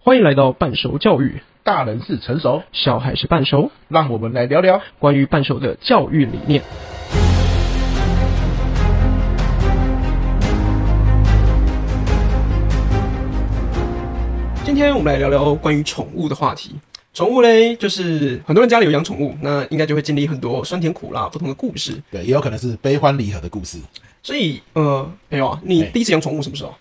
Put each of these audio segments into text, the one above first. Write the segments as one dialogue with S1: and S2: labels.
S1: 欢迎来到半熟教育，
S2: 大人是成熟，
S1: 小孩是半熟，
S2: 让我们来聊聊。
S1: 关于半熟的教育理念。今天我们来聊聊关于宠物的话题。宠物嘞，就是很多人家里有养宠物，那应该就会经历很多酸甜苦辣不同的故事。
S2: 对，也有可能是悲欢离合的故事。
S1: 所以，呃，没有啊，你
S2: 哎
S1: 第一次养宠物什么时候？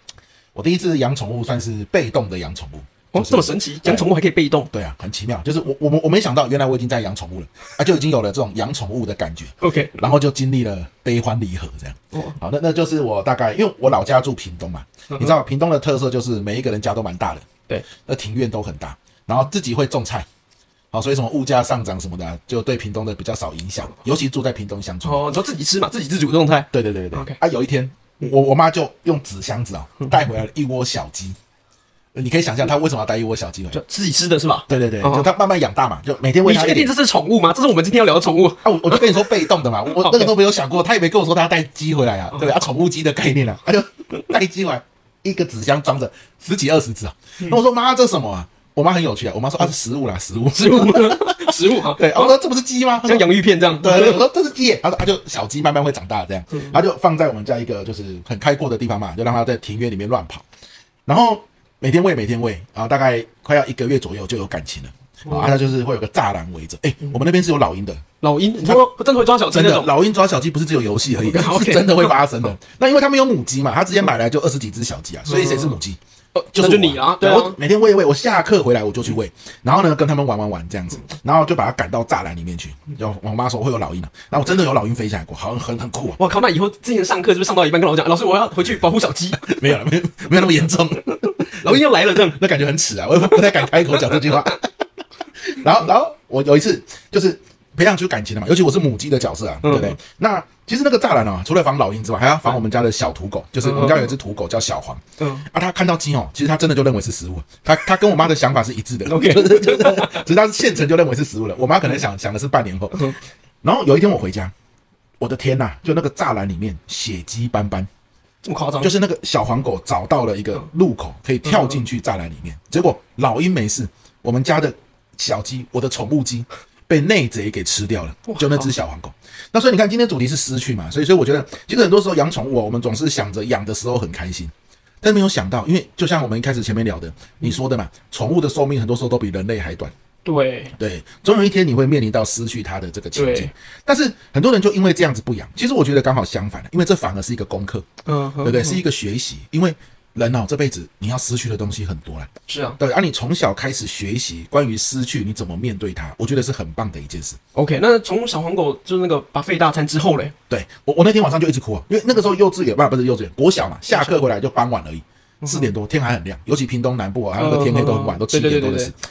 S2: 我第一次养宠物算是被动的养宠物。
S1: 哦
S2: 就，是
S1: 这么神奇，养宠物还可以被动。
S2: 对啊，很奇妙，就是我我们我没想到，原来我已经在养宠物了，啊，就已经有了这种养宠物的感觉，
S1: OK，
S2: 然后就经历了悲欢离合这样。
S1: 哦，
S2: 好，那那就是我大概，因为我老家住屏东嘛，你知道屏东的特色就是每一个人家都蛮大的，
S1: 嗯对，
S2: 那庭院都很大，然后自己会种菜，好，所以什么物价上涨什么的啊，就对屏东的比较少影响，尤其住在屏东乡村。
S1: 哦，你说自己吃嘛，自己自主动态。
S2: 对对对对对。
S1: OK 嗯
S2: 啊，有一天我我妈就用纸箱子啊、带回来了一窝小鸡，呃你可以想象她为什么要带一窝小鸡回来
S1: 嗯就。自己吃的是吧？
S2: 对对对，
S1: 哦
S2: 就她慢慢养大嘛，就每天喂
S1: 你
S2: 她一
S1: 确定
S2: 点
S1: 这。是宠物吗？这是我们今天要聊的宠物。
S2: 啊，我我就跟你说被动的嘛，我我
S1: 哦 OK 哦
S2: 那个时候没有想过，她也没跟我说她要带鸡回来啊，对不对？啊，宠物鸡的概念啊，她就带鸡回来，一个纸箱装着十几二十只啊。
S1: 嗯
S2: 那我说妈，这什么啊？我妈很有趣啊，我妈说啊，是食物啦，食物。
S1: 食物， 食物哈，
S2: 对，啊我说这不是鸡吗？她说
S1: 像洋芋片这样。
S2: 对，我说这是鸡耶，他说他啊就小鸡慢慢会长大这样，他就放在我们家一个就是很开阔的地方嘛，就让它在庭院里面乱跑，然后每天喂每天喂，然后大概快要一个月左右就有感情了。啊，它就是会有个栅栏围着。哎、我们那边是有老鹰的，
S1: 老鹰，你说真的会抓小鸡
S2: 真
S1: 那
S2: 的，
S1: 种？
S2: 老鹰抓小鸡不是只有游戏而已，
S1: OK
S2: 是真的会发生的。那因为他们有母鸡嘛，他之前买来就二十几只小鸡啊，所以谁是母鸡？
S1: 呃
S2: 就是
S1: 那就
S2: 我
S1: 你啊，对
S2: 对
S1: 啊。
S2: 我每天喂一喂，我下课回来我就去喂，然后呢跟他们玩玩玩这样子，然后就把它赶到栅栏里面去。然后我妈说会有老鹰啊，然后真的有老鹰飞下来过，好像很很酷啊，
S1: 我靠，那以后之前上课是不是上到一半跟老师讲，老师我要回去保护小鸡，
S2: 没有了，没有没有那么严重，
S1: 老鹰要来了这样。
S2: 那感觉很耻啊，我也不太敢开口讲这句话。 然后然后我有一次就是培养出感情了嘛，尤其我是母鸡的角色啊，对不对？那其实那个栅栏啊，除了防老鹰之外，还要防我们家的小土狗，就是我们家有一只土狗叫小黄，
S1: 嗯，
S2: 啊，他看到鸡哦，其实他真的就认为是食物，他他跟我妈的想法是一致的
S1: OK
S2: 就是就是，只是他现成就认为是食物了。我妈可能想想的是半年后，然后有一天我回家，我的天呐、就那个栅栏里面血迹斑斑，
S1: 这么夸张？
S2: 就是是那个小黄狗找到了一个路口，可以跳进去栅栏里面，结果老鹰没事，我们家的小鸡，我的宠物鸡。被内贼给吃掉了，就那只小黄狗。那所以你看，今天主题是失去嘛，所以所以我觉得，其实很多时候养宠物、哦，我们总是想着养的时候很开心，但没有想到，因为就像我们一开始前面聊的，你说的嘛，宠物的寿命很多时候都比人类还短。
S1: 对，
S2: 对，总有一天你会面临到失去它的这个情境
S1: 对。
S2: 但是很多人就因为这样子不养，其实我觉得刚好相反，因为这反而是一个功课，
S1: 嗯，
S2: 对不对？是一个学习，因为人哦这辈子你要失去的东西很多啦。
S1: 是啊。
S2: 对，而、你从小开始学习关于失去你怎么面对它，我觉得是很棒的一件事。
S1: OK，那从小黄狗就是那个把肺大餐之后嘞，
S2: 对我，我那天晚上就一直哭啊，因为那个时候幼稚园不不是幼稚园，国小嘛，下课回来就傍晚而已，四点多天还很亮，尤其屏东南部啊，它那个天黑都很晚，
S1: 嗯
S2: 都七点多
S1: 对对
S2: 的
S1: 对
S2: 事
S1: 对。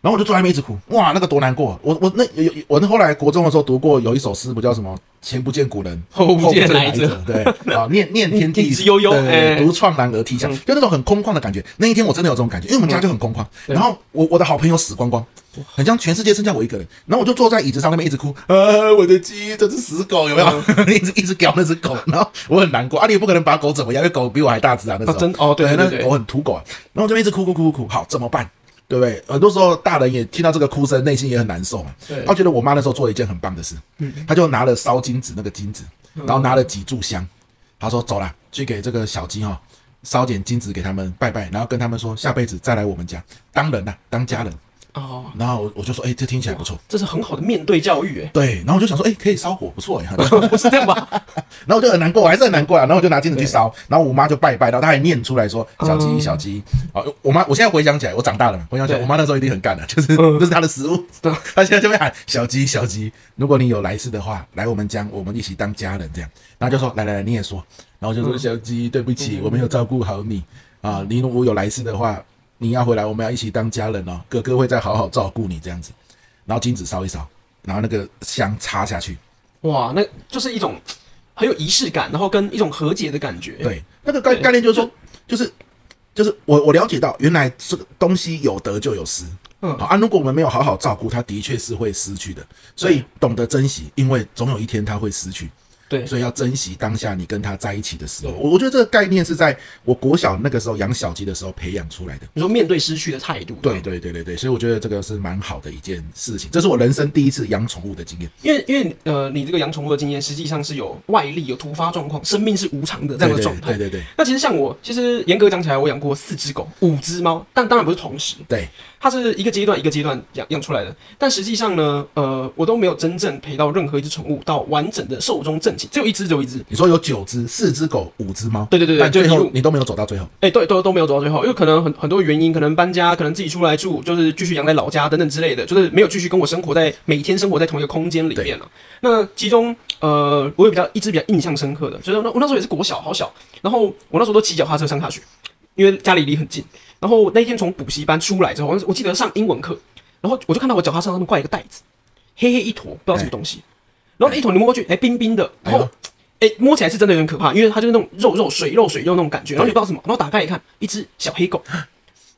S2: 然后我就坐在那边一直哭，哇，那个多难过啊！我我那有有我那后来国中的时候读过有一首诗，不叫什么“前不见古人，
S1: 后不见来
S2: 来
S1: 者”，
S2: 对啊，念念
S1: 天
S2: 天地
S1: 之悠悠
S2: 对对
S1: 哎
S2: 对独怆然而涕下，就那种很空旷的感觉。那一天我真的有这种感觉，因为我
S1: 嗯
S2: 们家就很空旷，然后我我的好朋友死光光，很像全世界剩下我一个人，然后我就坐在椅子上那边一直哭，啊，我的鸡，这只死狗有没有？
S1: 嗯
S2: 一直一直咬那只狗，然后我很难过啊，你也不可能把狗怎么样，因为狗比我还大只啊，那时候、
S1: 啊真哦对对对
S2: 那狗很土狗啊，然后我就一直哭哭哭哭哭，好怎么办？对不对？很多时候大人也听到这个哭声，内心也很难受嘛。
S1: 对
S2: 他觉得我妈那时候做了一件很棒的事，他就拿了烧金纸那个金纸，然后拿了几炷香，他说走啦，去给这个小鸡哈、哦、烧点金纸给他们拜拜，然后跟他们说下辈子再来我们家当人啦、当家人。
S1: 哦，
S2: 然后我我就说，哎、这听起来不错。
S1: 这是很好的面对教育，哎，
S2: 对，然后我就想说，哎、可以烧火，不错哎。
S1: 不是这样 吧？
S2: 然后我就很难过，我还是很难过啊。然后我就拿金子去烧，然后我妈就拜拜，然后她还念出来说：“
S1: 嗯
S2: 小鸡，小鸡。”啊，我妈，我现在回想起来，我长大了嘛，回想起来，
S1: 对嗯
S2: 我妈那时候一定很干的，就是这是她的食物
S1: 对，
S2: 她现在就会喊：“小鸡，小鸡，如果你有来世的话，来我们家，我们一起当家人。”这样，然后就说：“来来来，你也说。”然后我就说：“小鸡，对不
S1: 嗯
S2: 起，我没有照顾好你啊。你如果有来世的话，你要回来，我们要一起当家人哦。哥哥会再好好照顾你这样子。”然后金子烧一烧，然后那个香插下去，
S1: 哇，那就是一种很有仪式感，然后跟一种和解的感觉。，
S2: 对，那个概概念就是说，就是就是我我了解到，原来这个东西有得就有失。
S1: 嗯
S2: 好啊，如果我们没有好好照顾它，的确是会失去的。所以懂得珍惜，因为总有一天它会失去。
S1: 对
S2: 所以要珍惜当下你跟它在一起的时候。我我觉得这个概念是在我国小那个时候养小鸡的时候培养出来的。
S1: 你说面对失去的态度，
S2: 对，对对对对，所以我觉得这个是蛮好的一件事情，这是我人生第一次养宠物的经验。
S1: 因为因为呃，你这个养宠物的经验实际上是有外力、有突发状况，生命是无常的这样的状态。
S2: 对对对对
S1: 那其实像我，其实严格讲起来，我养过四只狗、五只猫，但当然不是同时，
S2: 对
S1: 它是一个阶段一个阶段养养出来的。但实际上呢，呃，我都没有真正陪到任何一只宠物到完整的寿终正寝，只有一只，只有一只。
S2: 你说有九只，四只狗，五只猫，
S1: 对对对对
S2: 但最
S1: 就一
S2: 后
S1: 路
S2: 你都没有走到最后。
S1: 哎、对，都都没有走到最后，因为可能很很多原因，可能搬家，可能自己出来住，就是继续养在老家等等之类的，就是没有继续跟我生活在每天生活在同一个空间里面了、那其中，呃，我有比较一直比较印象深刻的，就是那我那时候也是国小，好小，然后我那时候都骑脚踏车上下学，因为家里离很近。然后那一天从补习班出来之后，我我记得上英文课，然后我就看到我脚踏车上面挂一个袋子，黑黑一坨，不知道什么东西。然后那一坨你摸过去，哎，冰冰的，然后哎、摸起来是真的有点可怕，因为它就是那种肉肉水肉水肉那种感觉，然后你不知道什么，然后打开一看，一只小黑狗，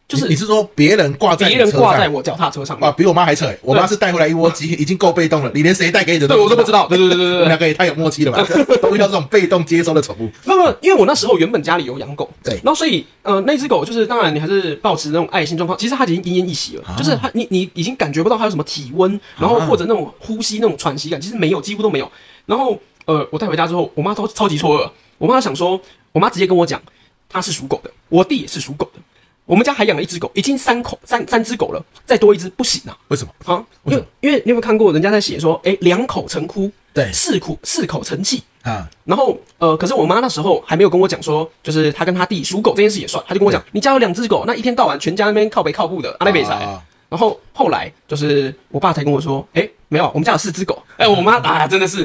S1: 就
S2: 你你
S1: 是
S2: 是说别人挂在你
S1: 别人
S2: 车
S1: 挂
S2: 上
S1: 在我脚踏车上
S2: 哇，
S1: 面。
S2: 比我妈还扯欸！我妈是带回来一窝 鸡，已经够被动了，你连谁带给你的
S1: 对，我都不知
S2: 道。
S1: 道。对对对对对
S2: 我们
S1: 对，
S2: 两个也太有默契 了吧，都遇到这种被动接收的宠物。
S1: 那么因为我那时候原本家里有养狗，
S2: 对
S1: 然后所以呃那只狗就是当然你还是保持那种爱心状况，其实它已经奄奄一息
S2: 啊
S1: 了，就是它你你已经感觉不到它有什么体温，然后或者那种呼吸那种喘息感，其实没有，几乎都没有。然后呃我带回家之后，我妈超超级错愕，我妈想说，我妈直接跟我讲，她是属狗的，我弟也是属狗的，我们家还养了一只狗，已经三口三三只狗了，再多一只不行啊。
S2: 为什么？
S1: 啊，因
S2: 为什
S1: 为因为你有没有看过人家在写说，哎、两口成窟，
S2: 对
S1: 四口四口成器，
S2: 啊，
S1: 然后呃，可是我妈那时候还没有跟我讲说，就是她跟她弟属狗这件事也算，她就跟我讲，你家有两只狗，那一天到晚全家那边靠北靠步的，阿那北塞。
S2: 啊
S1: 然后后来就是我爸才跟我说，哎，没有，我们家有四只狗。哎，我妈啊，真的是，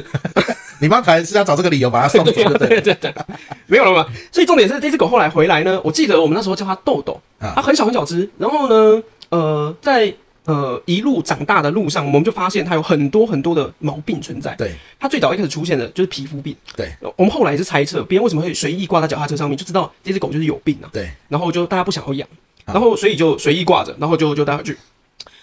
S2: 你妈反正是要找这个理由把它送走，
S1: 对
S2: 对
S1: 啊
S2: 不
S1: 对
S2: 对？
S1: 对对， 没有了嘛。所以重点是这只狗后来回来呢，我记得我们那时候叫它豆豆，
S2: 啊
S1: 它很小很小只。然后呢，呃，在呃一路长大的路上，我们就发现它有很多很多的毛病存在。
S2: 对
S1: 它最早一开始出现的就是皮肤病，
S2: 对
S1: 我们后来也是猜测，别人为什么会随意挂在脚踏车上面，就知道这只狗就是有病啊。
S2: 对，
S1: 然后就大家不想要养，然后所以就随意挂着，然后就就带回去。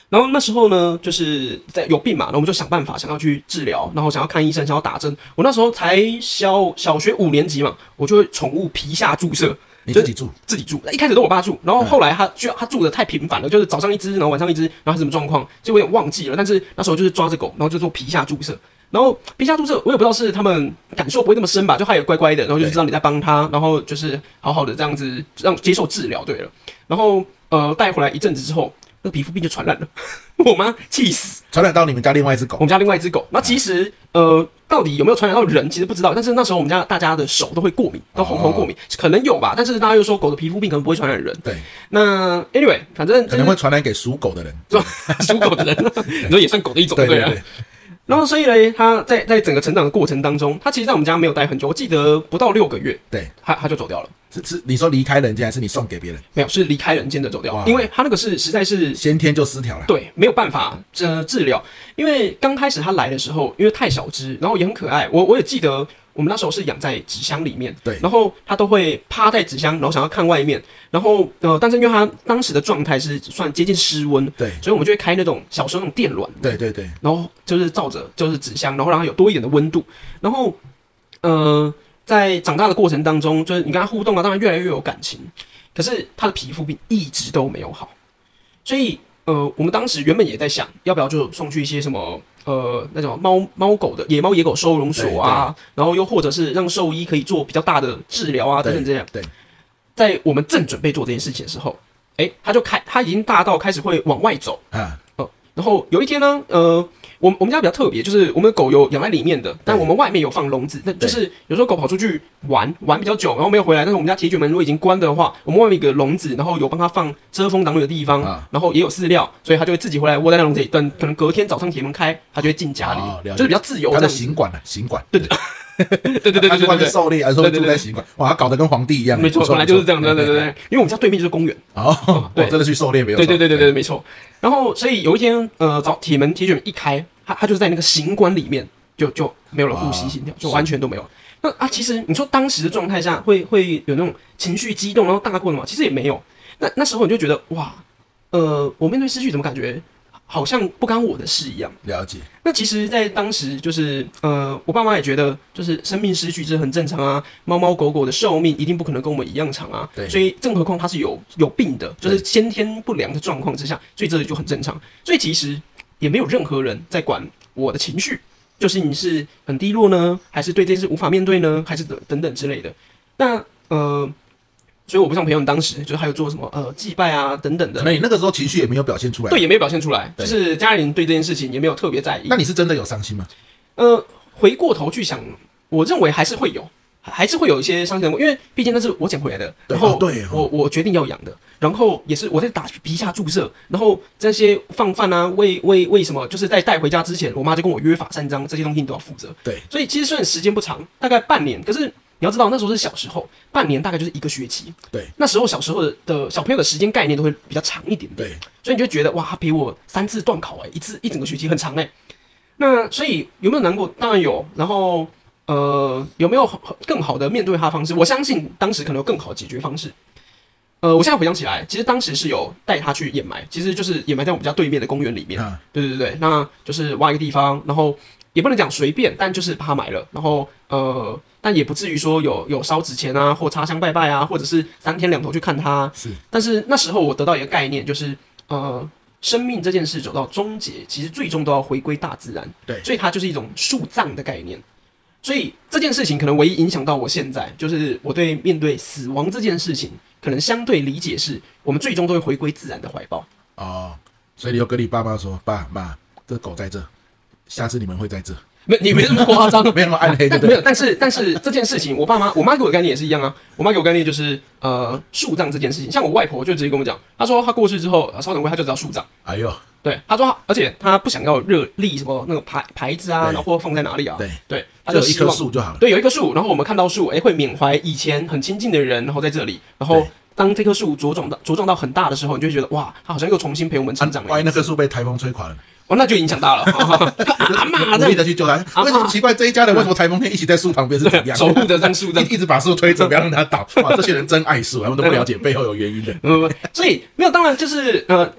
S1: 然后那时候呢，就是在有病嘛，然后我们就想办法想要去治疗，然后想要看医生，想要打针。我那时候才小小学五年级嘛，我就会宠物皮下注射，
S2: 你自己住
S1: 自己住，一开始都我爸住，然后后来他就他住的太频繁了，就是早上一只，然后晚上一只，然后他什么状况，就我有点忘记了。但是那时候就是抓着狗，然后就做皮下注射，然后皮下注射我也不知道是他们感受不会那么深吧，就他也乖乖的，然后就知道你在帮他，然后就是好好的这样子让接受治疗，对了。然后呃带回来一阵子之后，那个皮肤病就传染了， 我妈气死。
S2: 传染到你们家另外一只
S1: 我
S2: 狗，
S1: 们家另外一只狗。那其实呃，到底有没有传染到人，其实不知道。但是那时候我们家大家的手都会过敏，都红红过敏，可能有吧。但是大家又说狗的皮肤病可能不会传染人。
S2: 对，
S1: 那 anyway，反正就
S2: 可
S1: 是
S2: 能会传染给属狗的人。
S1: 说属狗的 人，啊你说也算狗的一种，
S2: 对
S1: 嗯对
S2: 对
S1: 啊。
S2: 对，
S1: 然后所以呢，它在在整个成长的过程当中，它其实在我们家没有待很久，我记得不到六个月，
S2: 对，
S1: 它它就走掉了。
S2: 是是，你说离开人家，还是你送给别人？
S1: 没有，是离开人间的走掉
S2: 哇，
S1: 因为它那个是实在是
S2: 先天就失调了。
S1: 对，没有办法呃治疗，因为刚开始它来的时候，因为太小只，然后也很可爱，我我也记得我们那时候是养在纸箱里面，
S2: 对
S1: 然后它都会趴在纸箱，然后想要看外面，然后呃，但是因为它当时的状态是算接近室温，
S2: 对
S1: 所以我们就会开那种小时候那种电暖，
S2: 对对对，
S1: 然后就是照着就是纸箱，然后让它有多一点的温度，然后呃，在长大的过程当中，就是你跟它互动啊，当然越来越有感情，可是它的皮肤病一直都没有好，所以呃，我们当时原本也在想，要不要就送去一些什么呃那种猫猫狗的野猫野狗收容所啊，然后又或者是让兽医可以做比较大的治疗啊等等这样。
S2: 对，
S1: 在我们正准备做这件事情的时候，哎，它就开，它已经大到开始会往外走。
S2: 啊，
S1: 然后有一天呢，呃，我们我们家比较特别，就是我们的狗有养在里面的，但我们外面有放笼子。那就是有时候狗跑出去玩玩比较久，然后没有回来，但是我们家铁卷门如果已经关的话，我们外面有一个笼子，然后有帮它放遮风挡雨的地方，
S2: 啊
S1: 然后也有饲料，所以它就会自己回来窝在那笼子里。等可能隔天早上铁门开，它就会进家里，
S2: 哦了
S1: 就
S2: 解
S1: 是比较自由
S2: 他
S1: 这
S2: 的
S1: 样子。
S2: 行馆了，行馆。对
S1: 对对对对
S2: 他
S1: 对
S2: 去
S1: 对
S2: 外面
S1: 对。
S2: 狩猎，还说
S1: 对对
S2: 住
S1: 对
S2: 在行馆，哇，他搞得跟皇帝一样。
S1: 没错
S2: 不，错
S1: 本来就是这样，
S2: 不错
S1: 对对对对，因为我们家对面就是公园，
S2: 哦，
S1: 对
S2: 我真的去狩猎没有错？
S1: 对对对对对，没错。然后，所以有一天，呃，早铁门铁卷一开，它它就在那个行管里面，就就没有了呼吸、
S2: 哇
S1: 心跳，就是完全都没有了。那啊，其实你说当时的状态下会会有那种情绪激动，然后大过的嘛，其实也没有。那那时候你就觉得哇，呃，我面对失去怎么感觉好像不干我的事一样。
S2: 了解，
S1: 那其实，在当时就是，呃，我爸妈也觉得，就是生命失去这很正常啊，猫猫狗狗的寿命一定不可能跟我们一样长啊，
S2: 对
S1: 所以更何况它是有有病的，就是
S2: 对
S1: 先天不良的状况之下，所以这就很正常。所以其实也没有任何人在管我的情绪，就是你是很低落呢，还是对这件事无法面对呢，还是等等等之类的。那呃，所以我不像朋友当时就是还有做什么呃祭拜啊等等
S2: 可
S1: 的，
S2: 能你那个时候情绪也没有表现出来。
S1: 对，，也没有表现出来，就
S2: 对
S1: 是家人对这件事情也没有特别在意。
S2: 那你是真的有伤心吗？
S1: 呃，回过头去想，我认为还是会有，还是会有一些伤心的，因为毕竟那是我捡回来的，
S2: 对
S1: 然后
S2: 哦对哦
S1: 我我决定要养的，然后也是我在打皮下注射，然后这些放饭啊、喂喂喂什么，就是在带回家之前，我妈就跟我约法三章，这些东西你都要负责。
S2: 对，
S1: 所以其实虽然时间不长，大概半年，可是。你要知道，那时候是小时候，半年大概就是一个学期。
S2: 对，
S1: 那时候小时候的的小朋友的时间概念都会比较长一点点。
S2: 对，
S1: 所以你就觉得哇，他陪我三次断考哎、一次一整个学期很长哎、那所以有没有难过？当然有。然后呃，有没有很更好的面对他的方式？我相信当时可能有更好的解决方式。呃，我现在回想起来，其实当时是有带他去掩埋，其实就是掩埋在我们家对面的公园里面。
S2: 啊，
S1: 对对对对，那就是挖一个地方，然后也不能讲随便，但就是把它埋了，然后呃，但也不至于说有有烧纸钱啊，或插香拜拜啊，或者是三天两头去看它、
S2: 是
S1: 但是那时候我得到一个概念，就是呃，生命这件事走到终结，其实最终都要回归大自然。
S2: 对
S1: 所以它就是一种树葬的概念。所以这件事情可能唯一影响到我现在，就是我对面对死亡这件事情，可能相对理解是，我们最终都会回归自然的怀抱。
S2: 哦，所以你又跟你爸妈说，爸妈，这狗在这，下次你们会在这，
S1: 没，你没那么夸张，
S2: 没有那么暗黑，对
S1: 但
S2: 不
S1: 没
S2: 对？
S1: 有，但是但是这件事情，我爸妈我妈给我的概念也是一样啊。我妈给我概念就是呃树葬这件事情，像我外婆就直接跟我讲，她说她过世之后，呃烧成灰她就知道树葬。
S2: 哎呦，
S1: 对，她说她，而且她不想要热力什么那个牌牌子啊，
S2: 对
S1: 然后或放在哪里啊？
S2: 对，
S1: 对，她
S2: 就
S1: 就
S2: 有一
S1: 希
S2: 棵
S1: 望
S2: 树就好了。
S1: 对有一棵树，然后我们看到树，哎，会缅怀以前很亲近的人，然后在这里，然后
S2: 对
S1: 当这棵树茁壮到茁壮到很大的时候，你就会觉得哇，它好像又重新陪我们成长
S2: 啊
S1: 了。
S2: 万一那棵树被台风吹垮了，
S1: 哦，那就影响大 了，啊阿妈
S2: 努
S1: 这
S2: 力
S1: 样
S2: 的去救它。
S1: 啊
S2: 为什么奇怪？这一家人为什么台风天一起在树旁边是怎 样？
S1: 守护着这棵树这样。
S2: 一一直把树推走，不要让它倒。哇，这些人真爱树，他们都不了解背后有原因的。
S1: 呃，所以没有，当然就是呃，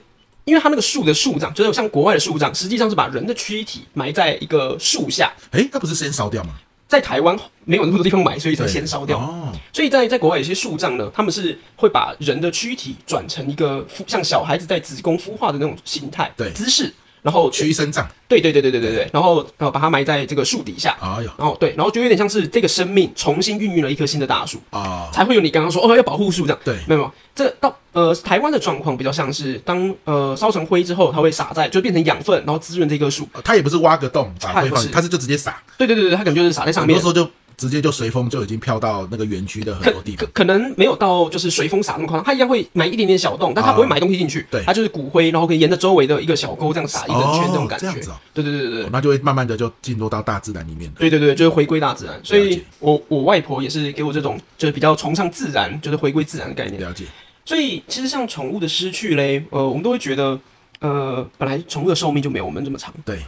S1: 因为它那个树的树葬，就是像国外的树葬，实际上是把人的躯体埋在一个树下，
S2: 哎，那不是先烧掉吗？
S1: 在台湾没有那么多地方埋，所以才先烧掉。
S2: 哦，
S1: 所以在在国外有些树葬呢，他们是会把人的躯体转成一个孵像小孩子在子宫孵化的那种形态
S2: 对
S1: 姿势，然后
S2: 屈伸杖。
S1: 对对对对对对对，然后呃把它埋在这个树底下。
S2: 哎呦，
S1: 然后对，然后就有点像是这个生命重新孕育了一棵新的大树，
S2: 啊，
S1: 才会有你刚刚说哦要保护树这样。
S2: 对
S1: 没有没有，这到呃台湾的状况比较像是当呃烧成灰之后，它会撒在就变成养分，然后滋润这棵树。
S2: 他也不是挖个洞把
S1: 它也
S2: 灰
S1: 不
S2: 放
S1: 是，
S2: 他是就直接撒，
S1: 对对对对，它可能就是撒在上
S2: 很多
S1: 面
S2: 时。候就直接就随风就已经飘到那个园区的很多地
S1: 可
S2: 方。
S1: 可能没有到就是随风撒那么夸张，它一样会埋一点点小洞，但它不会埋东西进去，
S2: 对
S1: 它就是骨灰，然后可以沿着周围的一个小沟这样撒一整圈
S2: 哦
S1: 这种感
S2: 这
S1: 觉。
S2: 样子哦
S1: 对对对对对
S2: 哦，那就会慢慢的就进入到大自然里面了。
S1: 对对对，就是回归大自然。所
S2: 了
S1: 以
S2: 解
S1: 我我外婆也是给我这种就是比较崇尚自然，就是回归自然的概念。
S2: 了解，
S1: 所以其实像宠物的失去嘞，呃，我们都会觉得，呃，本来宠物的寿命就没有我们这么长。
S2: 对。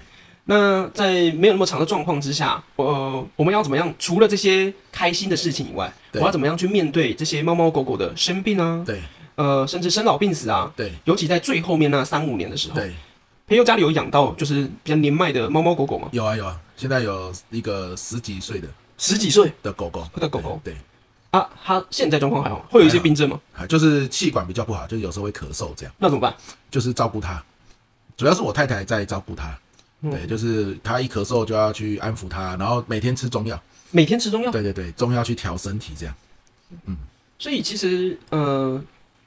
S1: 那在没有那么长的状况之下，呃，我们要怎么样？除了这些开心的事情以外，我
S2: 对
S1: 要怎么样去面对这些猫猫狗狗的生病啊？
S2: 对
S1: 呃，甚至生老病死啊？
S2: 对
S1: 尤其在最后面那三五年的时候，
S2: 对，
S1: 朋友家里有养到就是比较年迈的猫猫狗狗嘛，
S2: 有啊有啊，现在有一个十几岁的
S1: 十几岁
S2: 的狗狗
S1: 的狗狗
S2: 对，对
S1: 啊，它现在状况还好，会有一些病症吗？
S2: 啊就是气管比较不好，就是有时候会咳嗽这样，
S1: 那怎么办？
S2: 就是照顾它，主要是我太太在照顾它。
S1: 嗯
S2: 对，就是它一咳嗽就要去安抚它，然后每天吃中药，
S1: 每天吃中药。
S2: 对对对，中药去调身体这样。
S1: 所以其实呃，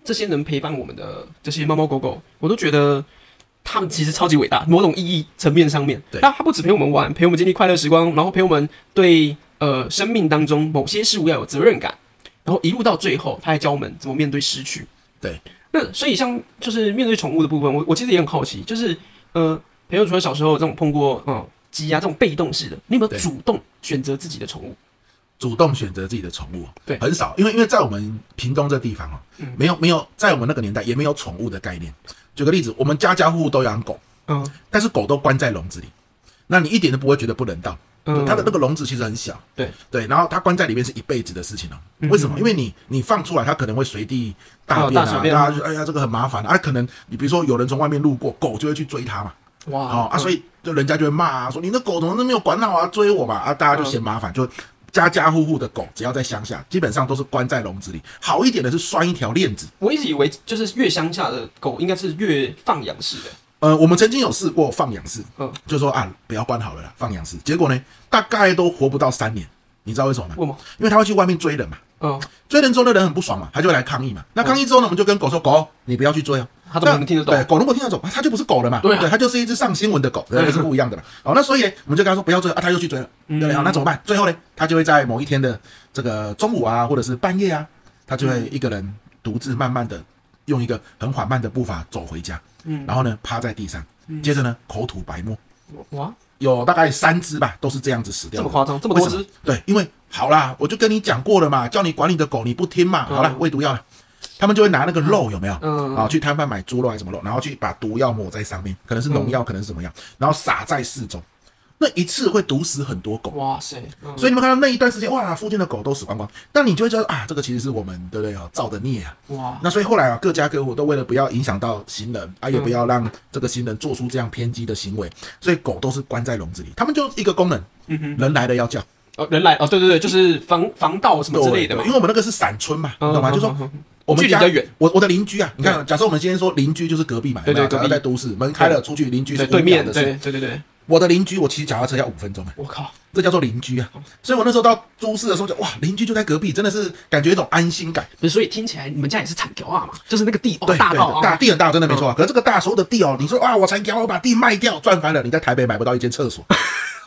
S1: 这些能陪伴我们的这些猫猫狗狗，我都觉得他们其实超级伟大，某种意义层面上面，
S2: 对
S1: 那他不只陪我们玩，陪我们经历快乐时光，然后陪我们对呃生命当中某些事物要有责任感，然后一路到最后，他还教我们怎么面对失去。
S2: 对，
S1: 那所以像就是面对宠物的部分，我我其实也很好奇，就是呃，朋友除了小时候这种碰过嗯鸡啊这种被动式的，你有没有
S2: 对
S1: 主动选择自己的宠物？
S2: 主动选择自己的宠物，哦
S1: 对嗯
S2: 很少，因为因为在我们屏东这地方哦，没有没有，在我们那个年代也没有宠物的概念。举个例子，我们家家户户都养狗，
S1: 嗯，
S2: 但是狗都关在笼子里，那你一点都不会觉得不人道，
S1: 嗯
S2: 它的那个笼子其实很小，
S1: 对
S2: 对，然后它关在里面是一辈子的事情哦、为什么？因为你你放出来，它可能会随地
S1: 嗯
S2: 大
S1: 哦
S2: 便
S1: 大
S2: 啊
S1: 小，便
S2: 大家就哎呀这个很麻烦啊。可能你比如说有人从外面路过，狗就会去追它嘛，
S1: 哇
S2: 哦啊，所以就人家就会骂啊，说你那狗怎么都没有管好啊，追我嘛啊，大家就嫌麻烦，就家家户户的狗只要在乡下，基本上都是关在笼子里。好一点的是拴一条链子，
S1: 我一直以为就是越乡下的狗应该是越放养式的，
S2: 呃，我们曾经有试过放养式，
S1: 嗯
S2: 就说啊不要关好了啦，放养式，结果呢大概都活不到三年，你知道为什么吗？
S1: 为什么？
S2: 因为它会去外面追人嘛。
S1: 嗯，
S2: 追人之后，那人很不爽嘛，他就会来抗议嘛。那抗议之后呢，我们就跟狗说：“狗，你不要去追哦。”
S1: 他怎么能听得懂
S2: 对，狗如果听得懂，它就不是狗了嘛。
S1: 对啊
S2: 它就是一只上新闻的狗，对，是不一样的嘛。哦，那所以我们就跟他说不要追啊，他又去追了。
S1: 嗯
S2: 对不对，好那怎么办？最后呢，他就会在某一天的这个中午啊，或者是半夜啊，他就会一个人独自慢慢的用一个很缓慢的步伐走回家。
S1: 嗯
S2: 然后呢，趴在地上，接着呢，口吐白沫，
S1: 哇，
S2: 有大概三只吧，都是这样子死掉
S1: 这
S2: 的
S1: 么。夸张，这么
S2: 为
S1: 多
S2: 什
S1: 只，
S2: 对，因为好啦，我就跟你讲过了嘛，叫你管你的狗，你不听嘛，
S1: 嗯
S2: 好啦，喂毒药了。他们就会拿那个肉有没有？
S1: 嗯
S2: 啊，去摊贩买猪肉还是什么肉，然后去把毒药抹在上面，可能是农药，
S1: 嗯
S2: 可能是什么样，然后撒在四周。那一次会毒死很多狗，
S1: 哇塞，嗯
S2: 所以你们看到那一段时间，哇，附近的狗都死光光。但你就会觉得啊，这个其实是我们对不对啊造的孽啊。
S1: 哇，
S2: 那所以后来啊，各家各户都为了不要影响到行人啊，也
S1: 嗯
S2: 不要让这个行人做出这样偏激的行为，所以狗都是关在笼子里，它们就一个功能，
S1: 嗯
S2: 人来了要叫。
S1: 哦，人来哦，对对对，就是防防盗什么之类的嘛
S2: 对因，为我们那个是散村嘛，
S1: 嗯
S2: 你懂吗？就说
S1: 嗯嗯嗯
S2: 我们
S1: 距离
S2: 家
S1: 比较远，
S2: 我我的邻居啊，你看，假设我们今天说邻居就是隔壁嘛，
S1: 对对
S2: 有没有
S1: 隔壁
S2: 假设在都市，门开了出去，邻居是
S1: 对对
S2: 五秒
S1: 面，
S2: 的
S1: 对
S2: 事。
S1: 对对对，
S2: 我的邻居，我骑脚踏车要五分钟啊，
S1: 我靠，
S2: 这叫做邻居啊。
S1: 哦
S2: 所以我那时候到都市的时候就哇，邻居就在隔壁，真的是感觉一种安心感。
S1: 不是，所以听起来你们家也是产条啊嘛，就是那个地哦
S2: 对，，
S1: 大
S2: 对
S1: 到
S2: 对大
S1: 啊，
S2: 地很大，真的没错啊。可是这个大所有的地哦，你说啊，我才给我把地卖掉赚翻了，你在台北买不到一间 厕所。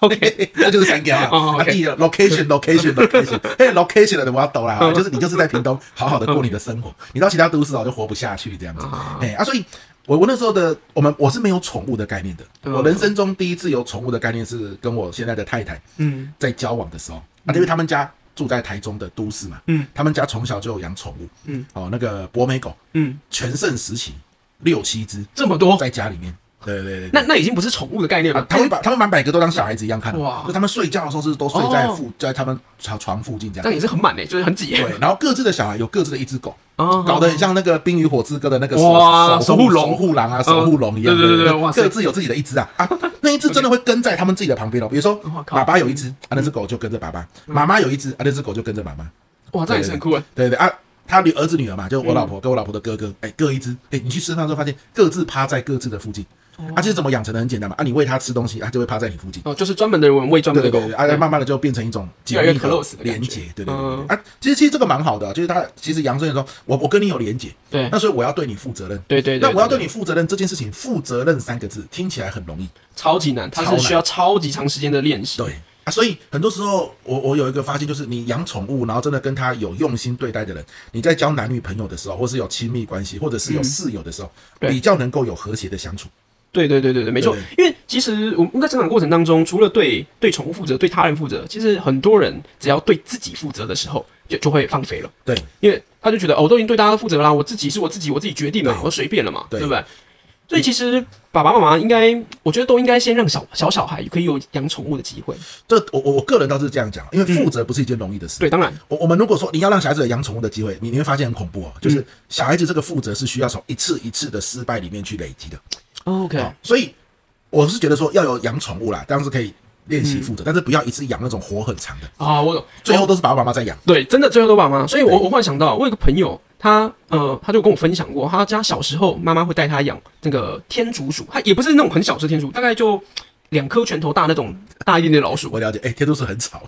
S1: OK
S2: 这就是三家
S1: 哦
S2: 啊，
S1: ，OK
S2: 第一个 location location location，哎 location 的我要抖啦，
S1: 嗯
S2: 就是你就是在屏东好好的过你的生活，你到其他都市哦就活不下去这样子
S1: 啊，
S2: 哎啊，所以我我那时候的我们我是没有宠物的概念的，
S1: 嗯
S2: 我人生中第一次有宠物的概念是跟我现在的太太
S1: 嗯
S2: 在交往的时候啊，因为他们家住在台中的都市嘛，
S1: 嗯
S2: 他们家从小就有养宠物，
S1: 嗯，
S2: 哦那个博美狗
S1: 嗯，
S2: 全盛时期六七只
S1: 这么多，
S2: 在家里面，对对对对
S1: 那那已经不是宠物的概念了
S2: 啊，，他们把他们把每个都当小孩子一样看，
S1: 哇
S2: 就他们睡觉的时候是都睡在
S1: 哦
S2: 附在他们床床附近这样
S1: 但。也是很满诶，就是很挤
S2: 对，哦然后各自的小孩有各自的一只狗，
S1: 啊，
S2: 搞得很像那个《冰与火之歌》的那个
S1: 哇
S2: 守
S1: 守护龙
S2: 守护狼啊，守护龙一样。
S1: 嗯对对对对哇塞
S2: 各自有自己的一只啊啊，那一只真的会跟在他们自己的旁边哦。比如说
S1: 哇，靠
S2: 爸爸有一只啊，那只狗就跟着爸爸；妈妈有一只啊，那只狗就跟着妈妈。
S1: 哇，这样也是很酷诶，
S2: 对对对啊，他女儿子女儿嘛，就
S1: 嗯
S2: 我老婆跟我老婆的哥哥，哎、各一只。哎、你去吃饭的时候发现各自趴在各自的附近。啊，其实怎么养成的很简单嘛，啊，你喂它吃东西，它就会趴在你附近。
S1: 哦，就是专门的人喂专门
S2: 对
S1: 的狗
S2: 对对，，啊，慢慢的就变成一种紧
S1: 嗯越来
S2: 密
S1: 越 close 的
S2: 连
S1: 感觉
S2: 接，对对对
S1: 嗯
S2: 对啊，其实其实这个蛮好的啊，就是他其实杨顺也说，我我跟你有连接，
S1: 对
S2: 那所以我要对你负责任，
S1: 嗯对对对，
S2: 那我要对你负责任这件事情，负责任三个字听起来很容易，
S1: 超级难，它
S2: 超
S1: 是
S2: 难
S1: 需要超级长时间的练习，
S2: 对啊，所以很多时候我我有一个发现，就是你养宠物，然后真的跟他有用心对待的人，你在交男女朋友的时候，或是有亲密关系，或者是有室友的时候，
S1: 嗯对
S2: 比较能够有和谐的相处。
S1: 对对对对对，没错
S2: 对。
S1: 因为其实我们在成长过程当中，除了对对宠物负责、对他人负责，其实很多人只要对自己负责的时候，就就会放飞了，
S2: 对，
S1: 因为他就觉得哦，我都已经对大家负责啦，我自己是我自己，我自己决定嘛，
S2: 对
S1: 我随便了嘛，
S2: 对
S1: 对不对？所以其实爸爸妈妈应该，我觉得都应该先让小小小孩可以有养宠物的机会。
S2: 这我我我个人倒是这样讲，因为负责不是一件容易的事。
S1: 嗯对，当然，
S2: 我我们如果说你要让小孩子有养宠物的机会，你你会发现很恐怖哦，就是
S1: 嗯
S2: 小孩子这个负责是需要从一次一次的失败里面去累积的。
S1: 哦 OK，
S2: 哦所以我是觉得说要有养宠物啦，当然是可以练
S1: 嗯
S2: 习负责，但是不要一次养那种活很长的，
S1: 啊，我懂。
S2: 最后都是爸爸妈妈在养。
S1: 对，真的最后都爸妈。所以我我忽然想到，我有个朋友，他呃，他就跟我分享过，他家小时候妈妈会带他养那个天竺鼠，他也不是那种很小只天竺，大概就两颗拳头大那种 大一点点老鼠。
S2: 我了解，哎、天都是很吵，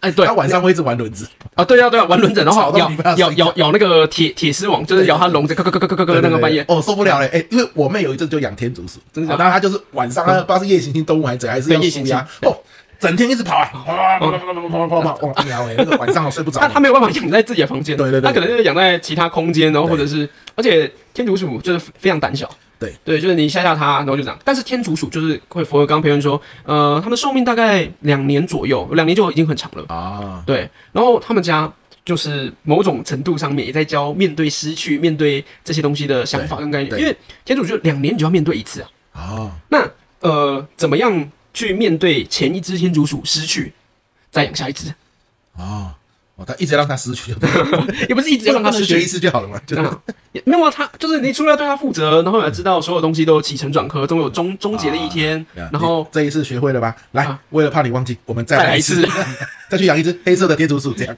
S1: 哎，对
S2: 他晚上会一直玩轮子，
S1: 啊，对啊，对啊，玩轮 子，然
S2: 吵
S1: 后
S2: 到
S1: 咬
S2: 你不要
S1: 咬
S2: 睡觉
S1: 咬咬那个铁铁丝网，就是咬它笼子，咯咯咯咯咯咯，那个半夜。
S2: 哦受不了了，哎、因为我妹有一阵就养天竺鼠，
S1: 真的
S2: 好
S1: 假的
S2: 那她就是晚上，她不知道是夜行性动物还是怎样，还是
S1: 对
S2: 要
S1: 夜
S2: 舒
S1: 行
S2: 压，
S1: 性
S2: 哦，整天一直跑啊，哇，跑跑跑跑跑跑跑，哇，喵哎，那个晚上我睡不着
S1: 他，他没有办法养在自己的房间，
S2: 对对对
S1: 他可能就是养在其他空间，然后或者是，而且天竺鼠就是非常胆小，
S2: 对
S1: 对，就是你吓吓它，然后就这样。但是天竺鼠就是会符合刚刚培仁说，呃，它们寿命大概两年左右，两年就已经很长了，
S2: 啊，
S1: 对。然后他们家就是某种程度上面也在教面对失去、面对这些东西的想法跟概念，
S2: 对
S1: 因为天竺鼠就两年你就要面对一次啊，
S2: 哦，
S1: 那呃，怎么样去面对前一只天竺鼠失去，再养下一只，
S2: 哦，哦，他一直让他失去就对了，
S1: 也不是一直要让它失
S2: 学一
S1: 去。
S2: 次就好了嘛， 就
S1: 当然也没有啊，他就是你除了要对他负责，然后也要知道所有东西都有起承转合，总有终终结的一天。
S2: 啊
S1: 然后
S2: 你这一次学会了吧？来，
S1: 啊
S2: 为了怕你忘记，我们再
S1: 再
S2: 来
S1: 来
S2: 一
S1: 一
S2: 次
S1: 次，
S2: 再去养一只黑色的天竺鼠，这样。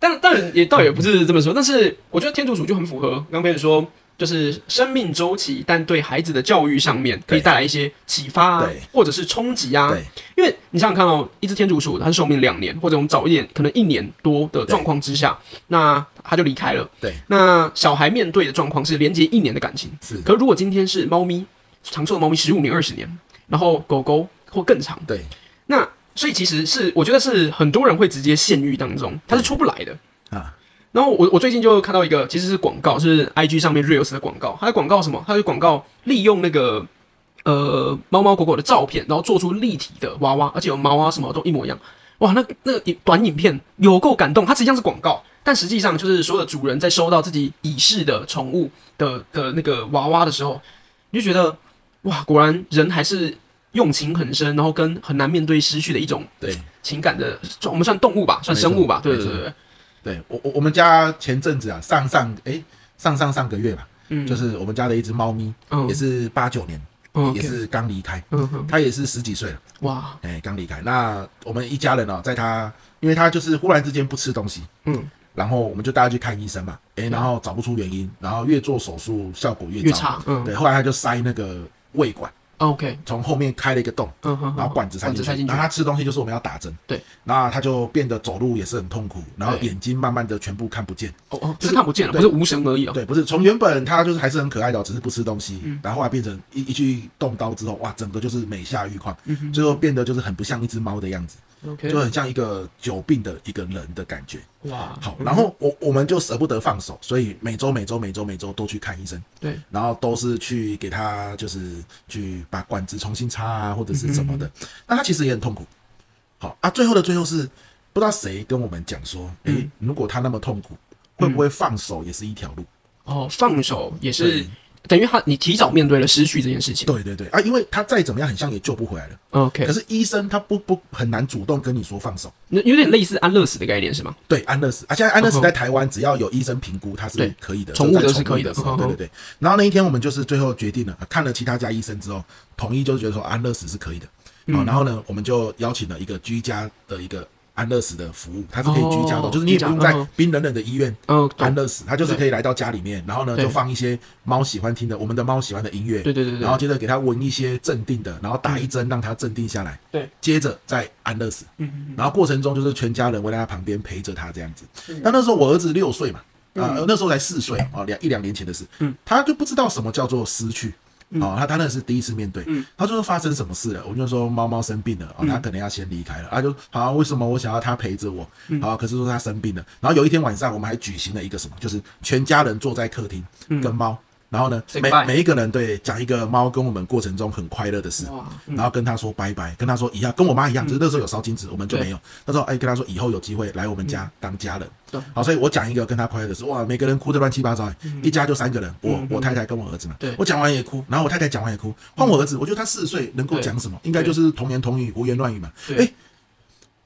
S1: 但当然也倒也不是这么说，但是我觉得天竺鼠就很符合刚开始说，就是生命周期，但对孩子的教育上面可以带来一些启发、啊
S2: 对，
S1: 或者是冲击啊
S2: 对。
S1: 因为你想想看哦，一只天竺鼠它是寿命两年，或者我们早一点，可能一年多的状况之下，那它就离开了。
S2: 对，
S1: 那小孩面对的状况是连接一年的感情，
S2: 是
S1: 可如果今天是猫咪，长寿的猫咪十五年、二十年，然后狗狗或更长，
S2: 对，
S1: 那所以其实是我觉得是很多人会直接陷入当中，它是出不来的
S2: 啊。
S1: 然后我我最近就看到一个其实是广告，是 IG 上面 Reels 的广告，它的广告什么？它的广告利用那个呃猫猫狗狗的照片，然后做出立体的娃娃，而且有毛啊什么都一模一样。哇，那那个影短影片有够感动，它实际上是广告，但实际上就是所有的主人在收到自己已逝的宠物的的那个娃娃的时候，你就觉得哇，果然人还是用情很深，然后跟很难面对失去的一种
S2: 对，
S1: 情感的，算我们算动物吧，算生物吧，
S2: 没
S1: 对
S2: 错
S1: 对对对，
S2: 对我我我们家前阵子啊，上上诶，上上上个月吧，
S1: 嗯，
S2: 就是我们家的一只猫咪，
S1: 嗯
S2: 也是八九年，
S1: 嗯
S2: 也
S1: OK
S2: 是刚离开，
S1: 嗯哼，
S2: 它也是十几岁了，
S1: 哇，
S2: 哎，刚离开。那我们一家人哦，在它，因为它就是忽然之间不吃东西，
S1: 嗯，
S2: 然后我们就带它去看医生嘛，哎，然后找不出原因，然后越做手术效果越
S1: 越
S2: 差
S1: 差，，嗯
S2: 对，后来它就塞那个胃管，
S1: ，OK，
S2: 从后面开了一个洞。
S1: 嗯哼，
S2: 然后管子塞
S1: 管子
S2: 进去，
S1: 塞进去
S2: 然后，他吃东西就是我们要打针，
S1: 对，
S2: 那他就变得走路也是很痛苦，然后
S1: 对
S2: 眼睛慢慢的全部看不见，
S1: 哦哦，就是看不见了，
S2: 对
S1: 不是无神而已哦，
S2: 对，不是从原本他就是还是很可爱的哦，只是不吃东西，然后后来变成一一去动刀之后，哇，整个就是美下愈况，最后变得就是很不像一只猫的样子，
S1: ，OK，
S2: 就很像一个久病的一个人的感觉。
S1: 哇，
S2: 好，然后我我们就舍不得放手，所以每周每周每周每周都去看医生，
S1: 对，
S2: 然后都是去给他就是去把管子重新插啊，或者是什么的。那他其实也很痛苦。好啊，最后的最后是不知道谁跟我们讲说，诶、如果他那么痛苦，会不会放手也是一条路？
S1: 哦，放手也是
S2: 对
S1: 等于他你提早面对了失去这件事情
S2: 对对对啊，因为他再怎么样，很像也救不回来了。
S1: ，OK，
S2: 可是医生他不不很难主动跟你说放手。
S1: 那有点类似安乐死的概念是吗？
S2: 对安乐死啊，现在安乐
S1: 嗯
S2: 死
S1: 哼
S2: 在台湾只要有医生评估，它是
S1: 对
S2: 可以的，
S1: 宠物
S2: 就在
S1: 的是可以
S2: 的
S1: 的
S2: 时候。
S1: 嗯哼
S2: 对对对。然后那一天我们就是最后决定了，啊看了其他家医生之后，统一就觉得说啊安乐死是可以的。好，
S1: 嗯
S2: 然后呢，我们就邀请了一个居家的一个安乐死的服务，它是可以居家的，
S1: 哦
S2: 就是你也不用
S1: 居家
S2: 在
S1: 嗯哼
S2: 冰冷冷的医院。
S1: 嗯，懂
S2: 安乐死，它就是可以来到家里面，然后呢
S1: 对
S2: 就放一些猫喜欢听的，我们的猫喜欢的音乐，
S1: 对对对对
S2: 然后接着给它闻一些镇定的，然后打一针让它镇定下来，
S1: 对，
S2: 接着再安乐死，
S1: 嗯
S2: 然后过程中就是全家人围在他旁边陪着他这样子。那那时候我儿子六岁嘛，啊、
S1: 嗯
S2: 那时候才四岁哦，两一两年前的事，他就不知道什么叫做失去。
S1: 嗯
S2: 哦，他他那是第一次面对，他就说发生什么事了，我就说猫猫生病了，
S1: 嗯
S2: 哦，他可能要先离开了，他就好、啊，为什么我想要他陪着我，
S1: 嗯
S2: 好、啊可是说他生病了，然后有一天晚上我们还举行了一个什么，就是全家人坐在客厅跟猫，然后呢，
S1: 嗯 Say
S2: 每
S1: goodbye
S2: 每一个人对讲一个猫跟我们过程中很快乐的事，
S1: 哇嗯
S2: 然后跟他说拜拜，跟他说一样，跟我妈一样，就是那时候有烧金纸，我们就没有。那时候哎，跟他说以后有机会来我们
S1: 嗯
S2: 家当家人
S1: 对。
S2: 好，所以我讲一个跟他快乐的事，哇，每个人哭得乱七八糟，哎一家就三个人，我我太太跟我儿子嘛
S1: 嗯对。嗯
S2: 我讲完也哭，然后我太太讲完也哭，换我儿子，我觉得他四岁能够
S1: 对
S2: 讲什么，应该就是童言童语、胡言乱语嘛。
S1: 对
S2: 哎，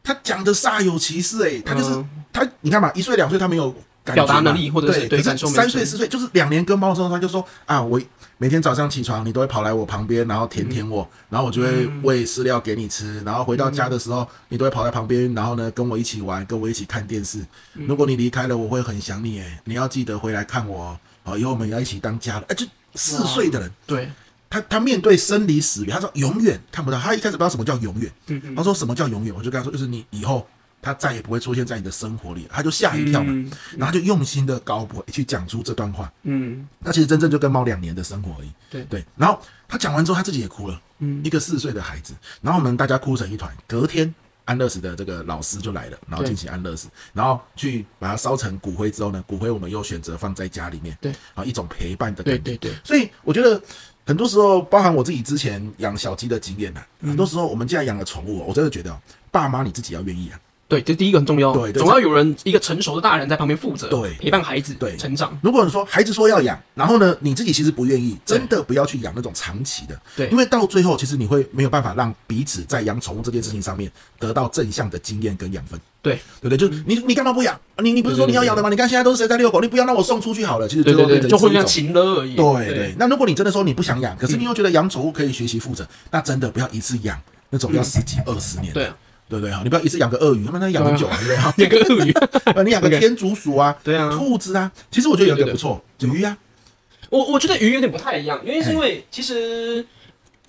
S2: 他讲的煞有其事，哎，他就是
S1: 嗯
S2: 他，你看嘛，一岁两岁他没有。感
S1: 表达
S2: 觉嘛
S1: 能力或者是
S2: 对，
S1: 对
S2: 可
S1: 感受没
S2: 三
S1: 有
S2: 岁四岁就是两年跟猫的时候，他就说啊，我每天早上起床，你都会跑来我旁边，然后
S1: 嗯
S2: 舔舔我，然后我就会喂饲料给你吃，然后回到
S1: 嗯
S2: 家的时候，你都会跑在旁边，然后呢跟我一起玩，跟我一起看电视。
S1: 嗯
S2: 如果你离开了，我会很想你，哎，你要记得回来看我哦，好，以后我们要一起当家人。哎，就四岁的人，
S1: 对，
S2: 他他面对生离死别，他说永远看不到，他一开始不知道什么叫永远，
S1: 嗯
S2: 他说什么叫永远，我就跟他说，就是你以后他再也不会出现在你的生活里了，他就吓一跳嘛，
S1: 嗯
S2: 然后他就用心的高博去讲出这段话，
S1: 嗯，
S2: 那其实真正就跟猫两年的生活而已，
S1: 对
S2: 对，然后他讲完之后他自己也哭了，嗯，一个四岁的孩子，然后我们大家哭成一团，隔天。安乐死的这个老师就来了，然后进行安乐死，然后去把它烧成骨灰之后呢，骨灰我们又选择放在家里面，
S1: 对，
S2: 啊，一种陪伴的感
S1: 对
S2: 觉
S1: 对对，
S2: 所以我觉得很多时候，包含我自己之
S1: 嗯
S2: 前养小鸡的经验呐、很多时候我们既然养了宠物，我真的觉得哦爸妈你自己要愿意啊，
S1: 对，这第一个很重要，
S2: 对对
S1: 总要有人一个成熟的大人在旁边负责，
S2: 对
S1: 陪伴孩子，
S2: 对
S1: 成长，
S2: 如果你说孩子说要养，然后呢，你自己其实不愿意，真的不要去养那种长期的，
S1: 对
S2: 因为到最后其实你会没有办法让彼此在养宠物这件事情上面得到正向的经验跟养分，
S1: 对，
S2: 对不对？
S1: 嗯
S2: 就是你你干嘛不养？你你不是说你要养的吗？你看现在都是谁在遛狗，你不要让我送出去好了，其实
S1: 对
S2: 最后
S1: 对
S2: 变
S1: 对，
S2: 成
S1: 就会
S2: 是一
S1: 像
S2: 种
S1: 情了而已，
S2: 对对，那如果你真的说你不想养，可是你又觉得养宠物可以学习负责，那真的不要一次养那种要十几二十年的，
S1: 对啊
S2: 对不对？哈，你不要一次养个鳄鱼，他妈那养很久啊，对不对？哈
S1: 两个鳄鱼，
S2: 呃你养个
S1: OK
S2: 天竺鼠啊，
S1: 对啊
S2: 兔子啊，其实我觉得有
S1: 对对
S2: 点不错，鱼啊，
S1: 我我觉得鱼有点不太一样，原因是因为其实，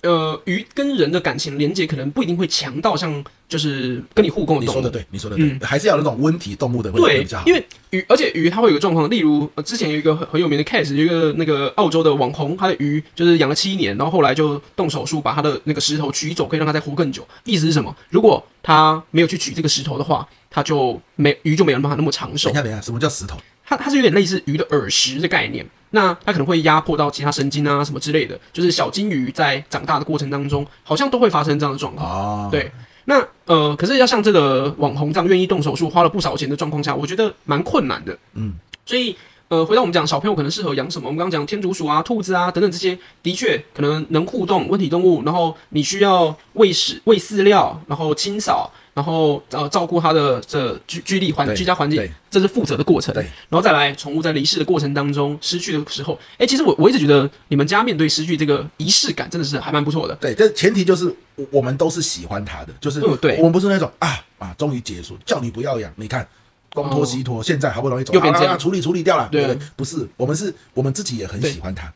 S1: 呃，鱼跟人的感情连接可能不一定会强到像就是跟你互动的
S2: 你说
S1: 动
S2: 的
S1: 物。
S2: 对，你说的对，还是要有那种温体动物的会会
S1: 对
S2: 比较好，，
S1: 因为鱼，而且鱼它会有一个状况，例如、呃、之前有一个很很有名的 case，有一个那个澳洲的网红，他的鱼就是养了七年，然后后来就动手术把他的那个石头取走，可以让它再活更久。意思是什么？如果他没有去取这个石头的话，他就没鱼就没有办法那么长寿
S2: 等一。下等一下，什么叫石头？
S1: 它它是有点类似鱼的耳石的概念。那它可能会压迫到其他神经啊什么之类的，就是小金鱼在长大的过程当中，好像都会发生这样的状况。
S2: 哦，
S1: 嗯对，那呃，可是要像这个网红这样愿意动手术，花了不少钱的状况下，我觉得蛮困难的。
S2: 嗯，
S1: 所以呃，回到我们讲小朋友可能适合养什么，我们刚刚讲天竺鼠啊、兔子啊等等这些，的确可能能互动温体动物，然后你需要喂食、喂饲料，然后清扫，然后呃照顾它的呃这居居地环
S2: 对
S1: 居家环境
S2: 对，
S1: 这是负责的过程。
S2: 对
S1: 然后再来，宠物在离世的过程当中失去的时候，哎，其实我我一直觉得你们家面对失去这个仪式感真的是还蛮不错的。
S2: 对，这前提就是我我们都是喜欢它的，就是
S1: 嗯对
S2: 我们不是那种啊啊，终于结束，叫你不要养，你看。东拖西拖，现在好不容易走，
S1: 哦又变
S2: 啊
S1: 这样
S2: 啊处理处理掉了。
S1: 对
S2: 不不是，我们是我们自己也很
S1: 对
S2: 喜欢它，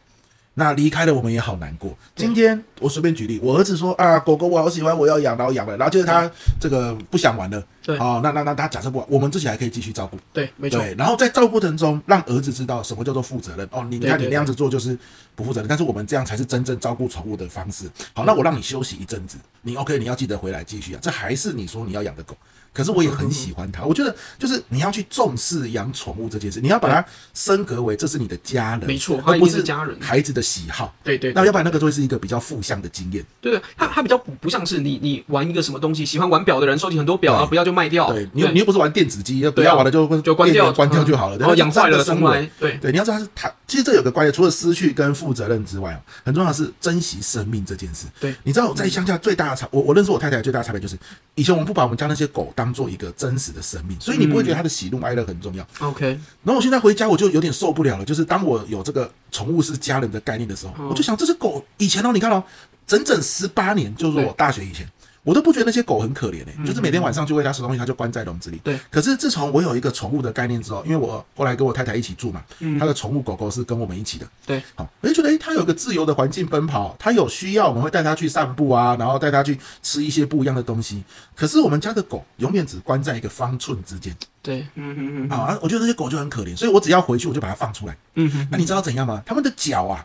S2: 那离开了我们也好难过。今天我随便举例，我儿子说啊，狗狗我好喜欢，我要养，然后养了，然后就是他这个不想玩了，
S1: 对
S2: 哦，那那那他假设不玩，我们自己还可以继续照顾，
S1: 对，没错。
S2: 对，然后在照顾过程中，让儿子知道什么叫做负责任。哦，你你
S1: 对
S2: 看
S1: 对
S2: 你那样子做就是不负责任，但是我们这样才是真正照顾宠物的方
S1: 嗯
S2: 式。好，那我让你休息一阵子，你 OK，你要记得回来继续啊。这还是你说你要养的狗，可是我也很喜欢
S1: 嗯
S2: 它。我觉得就是你要去重视养宠物这件事，你要把它升格为这是你的家人，
S1: 没错它
S2: 而
S1: 一
S2: 不
S1: 定是家人
S2: 孩子的喜好。
S1: 对对对
S2: 那要不然那个就会是一个比较负向的经验。
S1: 对，它它比较不不像是你你玩一个什么东西，喜欢玩表的人收集很多表啊，不要就卖掉。
S2: 对你又你又不是玩电子机，不
S1: 对啊
S2: 要玩了就
S1: 就关
S2: 电
S1: 掉
S2: 源关掉就好了。
S1: 嗯
S2: 对
S1: 然后养坏了
S2: 这样的
S1: 重
S2: 生活
S1: 来。对
S2: 对，你要知道它是它，其实这有个关键，除了失去跟负责任之外，很重要的是珍惜生命这件事。
S1: 对
S2: 你知道在乡下最大的差，我我认识我太太最大的差别就是，以前我们不把我们家那些狗当做一个真实的生命，所以你不会觉
S1: 嗯
S2: 得它的喜怒哀乐很重要。
S1: ，OK，
S2: 然后我现在回家我就有点受不了了，就是当我有这个宠物是家人的概念的时候，我就想这只狗以前哦，你看哦，整整十八年，就是我
S1: 对
S2: 大学以前。我都不觉得那些狗很可怜诶、欸就是每天晚上就喂它吃东西，它就关在笼子里。
S1: 对。
S2: 可是自从我有一个宠物的概念之后，因为我后来跟我太太一起住嘛，她的宠物狗狗是跟我们一起的，
S1: 对，
S2: 好，我就觉得，哎诶，它有个自由的环境奔跑，它有需要，我们会带它去散步啊，然后带它去吃一些不一样的东西。可是我们家的狗永远只关在一个方寸之间
S1: 对，嗯嗯嗯，
S2: 啊，啊我觉得这些狗就很可怜，所以我只要回去，我就把它放出来。
S1: 嗯哼，
S2: 那你知道怎样吗？它们的脚啊，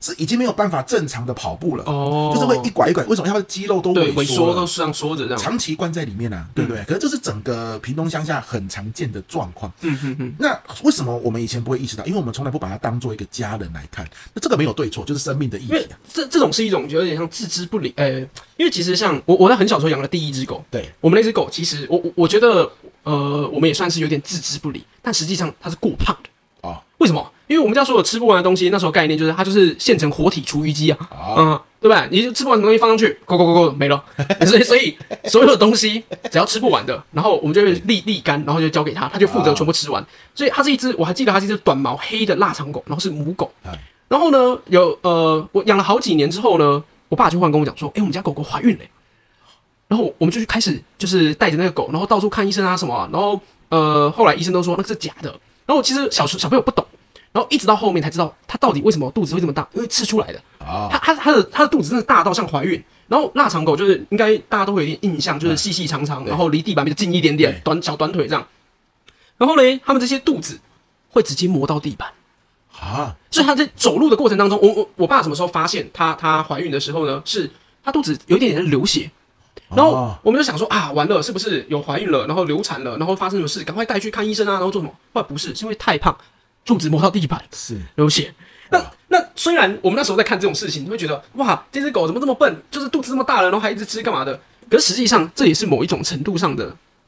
S2: 是已经没有办法正常的跑步了，
S1: 哦
S2: 就是会一拐一拐。为什么它的肌肉都
S1: 对，
S2: 萎
S1: 萎缩
S2: 缩
S1: 都嗯
S2: 了？
S1: 是这样缩着这样。
S2: 长期关在里面啊，对不对？可是这是整个屏东乡下很常见的状况。
S1: 嗯哼哼，
S2: 那为什么我们以前不会意识到？因为我们从来不把它当做一个家人来看。那这个没有对错，就是生命的意
S1: 因为
S2: 义啊。
S1: 这这种是一种有点像置之不理，呃，因为其实像我我在很小时候养的第一只狗，
S2: 对，
S1: 我们那只狗其实我我我觉得呃我们也算是有点置之不理，但实际上它是过胖的。
S2: 哦，
S1: 为什么？因为我们家所有吃不完的东西，那时候概念就是它就是现成活体厨余机啊，
S2: 哦
S1: 嗯，对吧？你就吃不完的东西放上去，够够够够没了。 所以所以所有的东西只要吃不完的，然后我们就会沥沥干，然后就交给它，它就负责全部吃完。所以它是一只，我还记得它是一只短毛黑的腊肠狗，然后是母狗。
S2: 哎
S1: 然后呢，有呃，我养了好几年之后呢，我爸就忽然跟我讲说，哎、我们家狗狗怀孕了、然后我们就去开始就是带着那个狗，然后到处看医生啊什么啊、然后呃，后来医生都说那个是假的。然后其实小时小朋友不懂，然后一直到后面才知道它到底为什么肚子会这么大，因为吃出来的。
S2: 啊，
S1: 它它它的它的肚子真的大到像怀孕。然后腊肠狗就是应该大家都会有一点印象，就是细细长长，然后离地板比较近一点点
S2: 对，
S1: 短小短腿这样。然后嘞，它们这些肚子会直接磨到地板。
S2: 啊，
S1: 所以她在走路的过程当中，我我我爸什么时候发现她她怀孕的时候呢？是她肚子有一点点流血，然后
S2: 哦
S1: 我们就想说啊，完了，是不是有怀孕了，然后流产了，然后发生什么事，赶快带去看医生啊，然后做什么？后来不是，是因为太胖，肚子磨到地板
S2: 是
S1: 流血。那那虽然我们那时候在看这种事情，你会觉得哇，这只狗怎么这么笨，就是肚子这么大了，然后还一直吃干嘛的？可是实际上，这也是某一种程度上的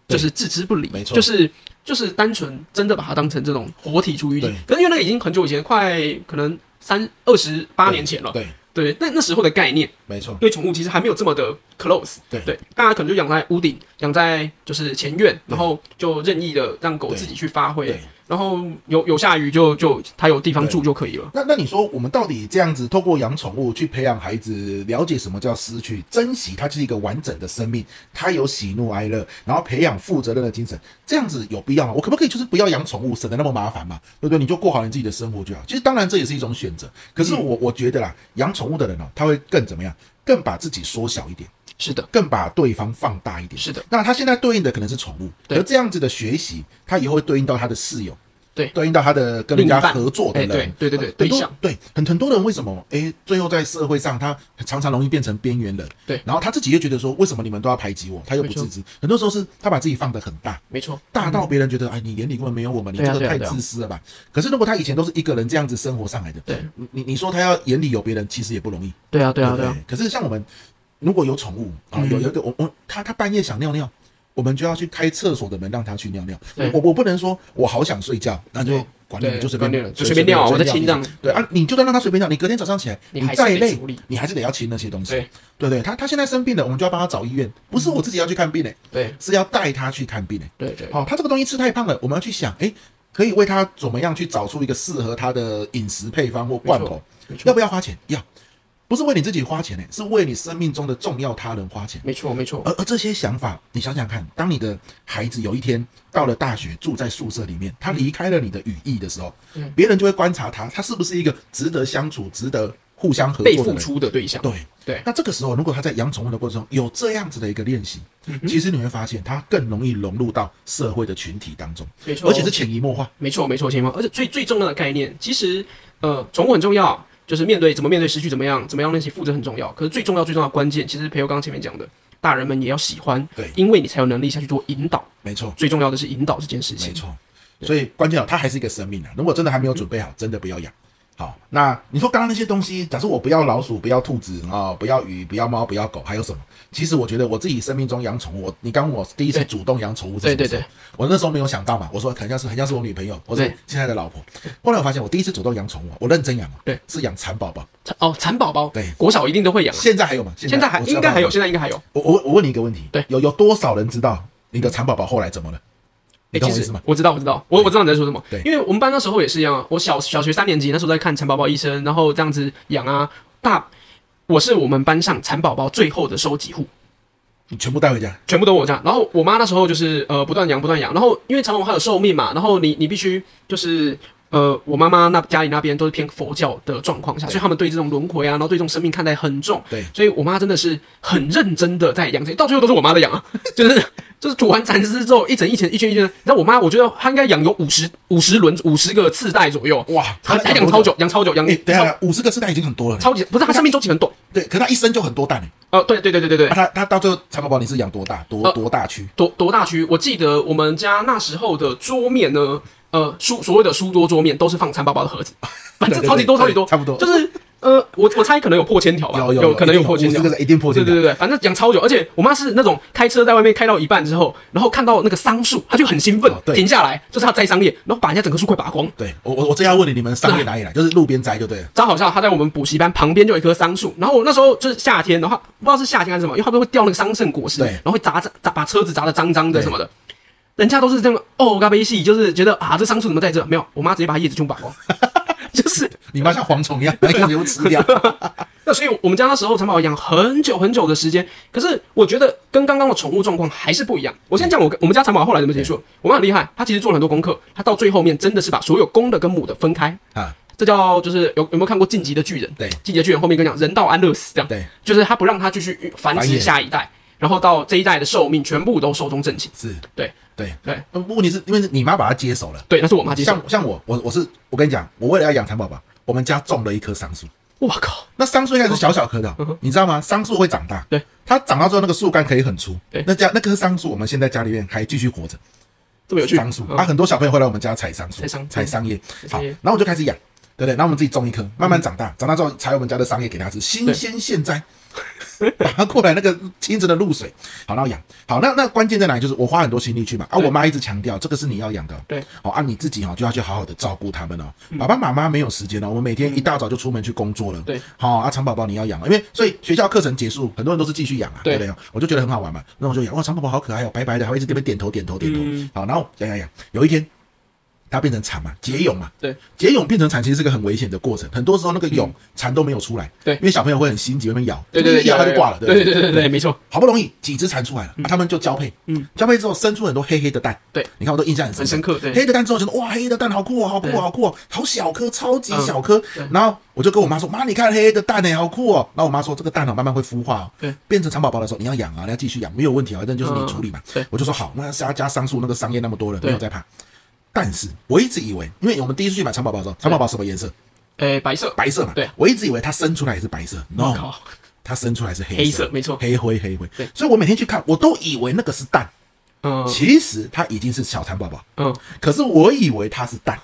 S2: 对
S1: 就是置之不理，
S2: 没错
S1: 就是就是单纯真的把它当成这种活体出狱地
S2: 对，
S1: 可是因为那个已经很久以前，快可能三二十八年前了，
S2: 对，
S1: 对，那那时候的概念
S2: 没错，
S1: 对宠物其实还没有这么的 close，
S2: 对
S1: 对，大家可能就养在屋顶，养在就是前院，然后就任意的让狗
S2: 对
S1: 自己去发挥
S2: 对，。
S1: 然后有有下雨就就它有地方住就可以了，
S2: 那那你说，我们到底这样子透过养宠物去培养孩子了解什么叫失去、珍惜，它是一个完整的生命，它有喜怒哀乐，然后培养负责任的精神，这样子有必要吗？我可不可以就是不要养宠物，省得那么麻烦嘛？对不对？你就过好你自己的生活就好。其实当然这也是一种选择，可是我我觉得啦，养宠物的人哦，他会更怎么样？更把自己缩小一点，
S1: 是的，
S2: 更把对方放大一点。
S1: 是的，
S2: 那他现在对应的可能是宠物，
S1: 对
S2: 而这样子的学习，他以后会对应到他的室友，
S1: 对
S2: 对应到他的跟人
S1: 另
S2: 家
S1: 一半
S2: 合作的
S1: 哎
S2: 人，
S1: 对对对对
S2: 很
S1: 对
S2: 多
S1: 象，
S2: 对很很多人为什么哎，最后在社会上他常常容易变成边缘人，
S1: 对
S2: 然后他自己又觉得说，为什么你们都要排挤我？他又不
S1: 没错
S2: 自知，很多时候是他把自己放得很大，
S1: 没错，
S2: 大到别人觉得，哎，你眼里根本没有我们，你
S1: 对啊
S2: 这个
S1: 对啊
S2: 太
S1: 对啊
S2: 自私了吧？可是如果他以前都是一个人这样子生活上来的，
S1: 对
S2: 你，你你说他要眼里有别人，其实也不容易，
S1: 对啊，对啊，
S2: 不
S1: 对啊，嗯
S2: 可是像我们如果有宠物啊，有有一个我我他他半夜想尿尿，我们就要去开厕所的门让他去尿尿。
S1: 对
S2: 我我不能说我好想睡觉，那就
S1: 对
S2: 管你了
S1: 对
S2: 就随
S1: 管你
S2: 便
S1: 了就随便尿啊我在清
S2: 这
S1: 这样
S2: 样。对啊，你就算让他随便尿，你隔天早上起来，
S1: 你
S2: 你
S1: 还是
S2: 再
S1: 得
S2: 累
S1: 处理，
S2: 你还是得要清那些东西。
S1: 对
S2: 对对，他他现在生病了，我们就要帮他找医院，不是我自己要去看病诶、
S1: 对
S2: 是要带他去看病诶、欸
S1: 对对，
S2: 好、哦他这个东西吃太胖了，我们要去想，诶，可以为他怎么样去找出一个适合他的饮食配方或罐头
S1: 没，错
S2: 要不要花钱？要，不是为你自己花钱呢、是为你生命中的重要他人花钱。
S1: 没错没错，
S2: 而而这些想法，你想想看，当你的孩子有一天到了大学，住在宿舍里面，他离开了你的羽翼的时候，
S1: 嗯
S2: 别人就会观察他，他是不是一个值得相处、值得互相合
S1: 被
S2: 作的
S1: 付
S2: 人。
S1: 出的对象，
S2: 对
S1: 对
S2: 那这个时候，如果他在养宠物的过程中有这样子的一个练习，其实你会发现他更容易融入到社会的群体当中，
S1: 没错，
S2: 而且是潜移默化。
S1: 没错，没错，前方，而且最最重要的概念，其实呃，宠物很重要，就是面对怎么面对失去，怎么样怎么样练习负责很重要。可是最重要最重要的关键，其实培友刚刚前面讲的，大人们也要喜欢，
S2: 对
S1: 因为你才有能力下去做引导。
S2: 没错，
S1: 最重要的是引导这件事情，
S2: 没错。所以关键哦，它还是一个生命啊。如果真的还没有准备好，真的不要养。好，那你说刚刚那些东西，假设我不要老鼠，不要兔子啊、不要鱼，不要猫，不要狗，还有什么？其实我觉得我自己生命中养宠物，我你刚问我第一次
S1: 对
S2: 主动养宠物
S1: 对
S2: 是什么
S1: 对
S2: 时候
S1: 对，
S2: 我那时候没有想到嘛，我说很像是很像是我女朋友，我是
S1: 对
S2: 现在的老婆。后来我发现我第一次主动养宠物，我认真养嘛，
S1: 对，
S2: 是养蚕宝宝。
S1: 蚕哦，蚕宝宝，
S2: 对
S1: 国小一定都会养啊，
S2: 现在还有吗？
S1: 现在还
S2: 我知道
S1: 应该还有，
S2: 吗
S1: 现在应该还有。
S2: 我我我问你一个问题，
S1: 对
S2: 有有多少人知道你的蚕宝宝后来怎么了？你
S1: 哎，
S2: 懂
S1: 其
S2: 我意
S1: 实
S2: 思吗？
S1: 我知道，我知道，我我知道你在说什么。
S2: 对
S1: 因为我们班那时候也是一样啊，我小小学三年级那时候在看蚕宝宝医生，然后这样子养啊，大我是我们班上蚕宝宝最后的收集户。
S2: 你全部带回家，
S1: 全部都我家。然后我妈那时候就是呃不断养不断养，然后因为长毛还有寿命嘛，然后你你必须就是呃我妈妈那家里那边都是偏佛教的状况下，所以他们对这种轮回啊，然后对这种生命看待很重。
S2: 对
S1: 所以我妈真的是很认真的在养这些，到最后都是我妈在养啊， 就是就是煮完蚕丝之后一整一圈一圈一圈的。然后我妈我觉得她应该养有五十五十轮五十个次代左右，
S2: 哇
S1: 她
S2: 她
S1: 她
S2: 养
S1: 养
S2: 多
S1: 超
S2: 久
S1: 久，养超久，养
S2: 哎、等一
S1: 超
S2: 下，五十个世代已经很多了呢。
S1: 超级不是她生命周期很短。
S2: 对，可他一生就很多蛋欸、
S1: 呃，对对对对对对
S2: 啊、，他他到最后蚕宝宝你是养多大多
S1: 呃
S2: 多大区？
S1: 多多大区？我记得我们家那时候的桌面呢，呃，书所谓的书桌桌面都是放蚕宝宝的盒子，反正超级多，
S2: 啊
S1: 超级
S2: 对对对
S1: 多，
S2: 差不多
S1: 就是呃，我我猜可哦能有破千条吧，
S2: 有有
S1: 可能
S2: 一定
S1: 破千条
S2: 50。个一定破
S1: 对
S2: 千
S1: 对
S2: 条。
S1: 对对，反正养超久，而且我妈是那种开车在外面开到一半之后，然后看到那个桑树，她就很兴奋
S2: 哦，对
S1: 停下来，就是她摘桑叶，然后把人家整棵树快拔光。
S2: 对我我我正要问你，你们商业哪里来？就是路边摘就对了。
S1: 超好笑，她在我们补习班旁边就有一棵桑树，然后我那时候就是夏天，然后不知道是夏天还是什么，因为他们会掉那个桑葚果实，
S2: 对
S1: 然后会砸砸砸把车子砸得脏脏的
S2: 对
S1: 什么的。人家都是这样哦，嘎悲戏，就是觉得啊，这桑树怎么在这？没有，我妈直接把叶子全部拔光， 就是
S2: 你妈像蝗虫一样，把全部吃 掉。
S1: 那所以我们家那时候蚕宝宝养很久很久的时间，可是我觉得跟刚刚的宠物状况还是不一样。我先讲我我们家蚕宝宝后来怎么结束，我妈很厉害，她其实做了很多功课，她到最后面真的是把所有公的跟母的分开，
S2: 啊，
S1: 这叫就是有有没有看过《晋级的巨人》？
S2: 对
S1: 晋级的巨人》后面跟你讲人道安乐死这样，
S2: 对，
S1: 就是他不让他继续繁
S2: 繁
S1: 殖
S2: 衍
S1: 下一代，然后到这一代的寿命全部都寿终正寝。
S2: 是，
S1: 对
S2: 对
S1: 对。
S2: 呃问题是因为你妈把它接手了。
S1: 对，那是我妈接受。
S2: 像像我，我我是我跟你讲，我为了要养蚕宝宝，我们家种了一棵桑树。
S1: 我靠，
S2: 那桑树应该是小小棵的哦、你知道吗？桑树会长大，
S1: 嗯对，
S2: 它长大之后那个树干可以很粗，
S1: 对
S2: 那家那棵桑树我们现在家里面还继续活着，
S1: 这么有趣。
S2: 桑树啊
S1: 嗯
S2: 啊，很多小朋友会来我们家采桑树，
S1: 采桑
S2: 采桑叶。
S1: 采
S2: 好，
S1: 桑叶
S2: 然后我就开始养，对不对？然后我们自己种一棵，慢慢长大，长大之后采我们家的桑叶给它吃，新鲜现摘，把它过来那个清晨的露水，好，然后养。好，那那关键在哪里？就是我花很多心力去嘛。啊，
S1: 对
S2: 我妈一直强调这个是你要养的，
S1: 对，
S2: 好、啊，你自己哦就要去好好的照顾他们哦。
S1: 嗯
S2: 爸爸妈妈没有时间了、哦，我们每天一大早就出门去工作了，
S1: 对，
S2: 好、啊，长宝宝你要养哦，因为所以学校课程结束，很多人都是继续养啊，
S1: 对
S2: 不对哦？我就觉得很好玩嘛，那我就养，哇，长宝宝好可爱哦，白白的，还会一直这边点头点头点头，
S1: 嗯
S2: 好，然后养养养，有一天。它变成蚕嘛，结蛹嘛，
S1: 对，
S2: 结蛹变成蚕其实是个很危险的过程，很多时候那个蛹蚕都没有出来，
S1: 嗯对
S2: 因为小朋友会很心急，会被咬，
S1: 对对对，
S2: 一咬它就挂了，
S1: 对对对对对，没错，
S2: 好不容易几只蚕出来了，啊他们就交配，
S1: 嗯，
S2: 交配之后生出很多黑黑的蛋，
S1: 对，
S2: 你看我都印象很深
S1: 很深刻对
S2: 黑的蛋之后觉得哇，黑的蛋好酷哦，好酷
S1: 对
S2: 哦，好酷哦，好小颗，超级
S1: 嗯
S2: 小颗
S1: 对，
S2: 然后我就跟我妈说，妈，你看黑黑的蛋呢，好酷哦，然后我妈说这个蛋哦慢慢会孵化哦，
S1: 对，
S2: 变成蚕宝宝的时候你要养啊，你要继续养，没有问题啊，反正就是你处理嘛
S1: 嗯，对
S2: 我就说好，那加加桑树那个桑叶那么多人，
S1: 对
S2: 没有在怕，但是我一直以为，因为我们第一次去买蚕宝宝的时候，蚕宝宝什么颜色？
S1: 诶，白色，
S2: 白色哦嘛，
S1: 对
S2: 我一直以为它生出来也是白色，no，
S1: 靠，
S2: 它生出来是黑
S1: 黑色没错
S2: 黑灰黑灰。
S1: 对
S2: 所以我每天去看，我都以为那个是蛋，
S1: 嗯
S2: 其实它已经是小蚕宝宝，
S1: 嗯，
S2: 可是我以为它是蛋，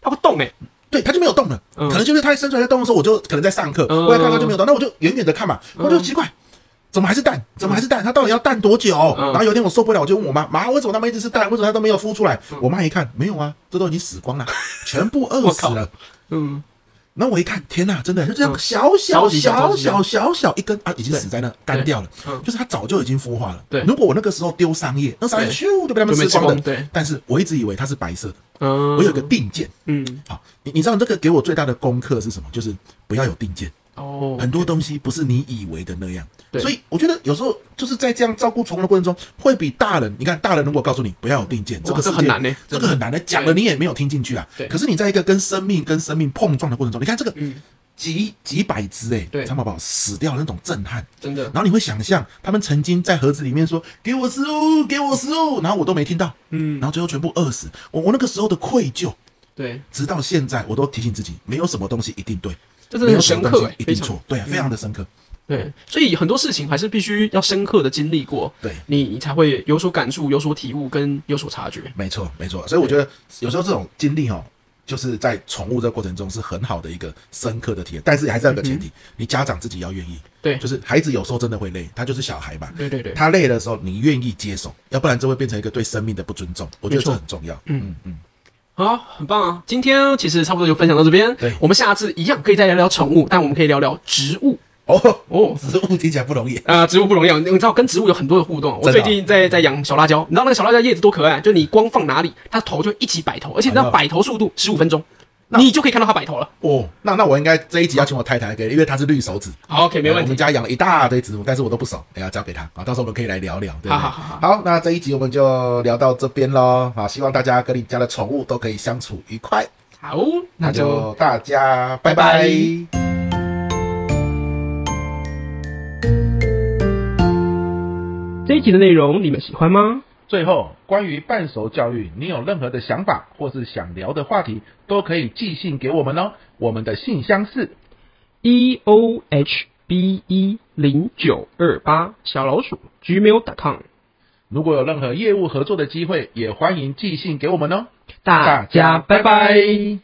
S1: 它会动诶，
S2: 对，它就没有动了，
S1: 嗯
S2: 可能就是它生出来在动的时候，我就可能在上课，
S1: 嗯
S2: 我在看它就没有动，那我就远远的看嘛，我就奇怪。怎么还是蛋？怎么还是蛋？它到底要蛋多久？
S1: 嗯
S2: 然后有一天我受不了，我就问我妈：“妈，为什么它们一直是蛋？为什么它都没有孵出来？”
S1: 嗯
S2: 我妈一看，没有啊，这都已经死光了，全部饿 死
S1: 我
S2: 了。
S1: 嗯，
S2: 然后我一看，天呐，真的就这样小
S1: 超
S2: 小
S1: 级小
S2: 小
S1: 超级小
S2: 小小小一根啊，已经死在那干掉了
S1: 嗯，
S2: 就是它早就已经孵化了。
S1: 对
S2: 如果我那个时候丢桑叶，那桑叶
S1: 对
S2: 咻就被他们
S1: 就被
S2: 吃
S1: 吃
S2: 光了。
S1: 光对
S2: 但是我一直以为它是白色的，
S1: 嗯，
S2: 我有个定见。
S1: 嗯，
S2: 好，你你知道这个给我最大的功课是什么？就是不要有定见，
S1: 哦，
S2: 很多东西不是你以为的那样。
S1: 对
S2: 所以我觉得有时候就是在这样照顾宠物的过程中，会比大人，你看大人如果告诉你不要有定见，这个
S1: 这
S2: 世界
S1: 很难欸呢
S2: 这个很难的，讲了你也没有听进去啊
S1: 对。
S2: 可是你在一个跟生命跟生命碰撞的过程中，你看这个
S1: 嗯
S2: 几几百只哎、
S1: 对
S2: 欸，蚕宝宝死掉的那种震撼，
S1: 真的
S2: 然，后你会想象他们曾经在盒子里面说给我食物，给我食物，然后我都没听到，
S1: 嗯
S2: 然，后最后全部饿死。我我那个时候的愧疚，
S1: 对，
S2: 直到现在我都提醒自己，没有什么东西一定对，
S1: 这真
S2: 没
S1: 的
S2: 有
S1: 很
S2: 什
S1: 深
S2: 么
S1: 刻
S2: 东西
S1: 诶，
S2: 一
S1: 非
S2: 定
S1: 常嗯
S2: 错，对，啊非常的深刻。
S1: 对，所以很多事情还是必须要深刻的经历过，
S2: 对
S1: 你你才会有所感触、有所体悟跟有所察觉。
S2: 没错，没错。所以我觉得有时候这种经历哦，就是在宠物这个过程中是很好的一个深刻的体验，但是还是有个前提，你家长自己要愿意。
S1: 嗯对
S2: 就是孩子有时候真的会累，他就是小孩嘛。
S1: 对对对
S2: 他累的时候，你愿意接手，要不然这会变成一个对生命的不尊重。我觉得这很重要。嗯嗯，
S1: 好，很棒啊！今天其实差不多就分享到这边，
S2: 对
S1: 我们下次一样可以再聊聊宠物，但我们可以聊聊植物
S2: 哦，
S1: 哦。
S2: 植物听起来不容易。
S1: 啊、植物不容易，你知道跟植物有很多的互动。啊我
S2: 真的
S1: 最
S2: 哦
S1: 近在在养小辣椒，你知道那个小辣椒叶子多可爱，就你光放哪里，它头就一起摆头，而且你知道
S2: 好的
S1: 摆头速度十五分钟，
S2: 那
S1: 你就可以看到它摆头了。
S2: 哦，那那我应该这一集要请我太太给，因为她是绿手指。
S1: 好，OK，没
S2: 哎我
S1: 问
S2: 们
S1: 题。
S2: 家养了一大堆植物，但是我都不熟，等一下交给他啊，到时候我们可以来聊聊，对不对？
S1: 好好好
S2: 那这一集我们就聊到这边喽，好，希望大家跟你家的宠物都可以相处愉快，
S1: 好，那就
S2: 大家拜
S1: 拜拜
S2: 拜
S1: 这一集的内容你们喜欢吗？
S2: 最后，关于半熟教育，你有任何的想法或是想聊的话题，都可以寄信给我们哦，我们的信箱是
S1: e o h b e 零九二八小老鼠 gmail.com，
S2: 如果有任何业务合作的机会，也欢迎寄信给我们哦。
S1: 大家拜拜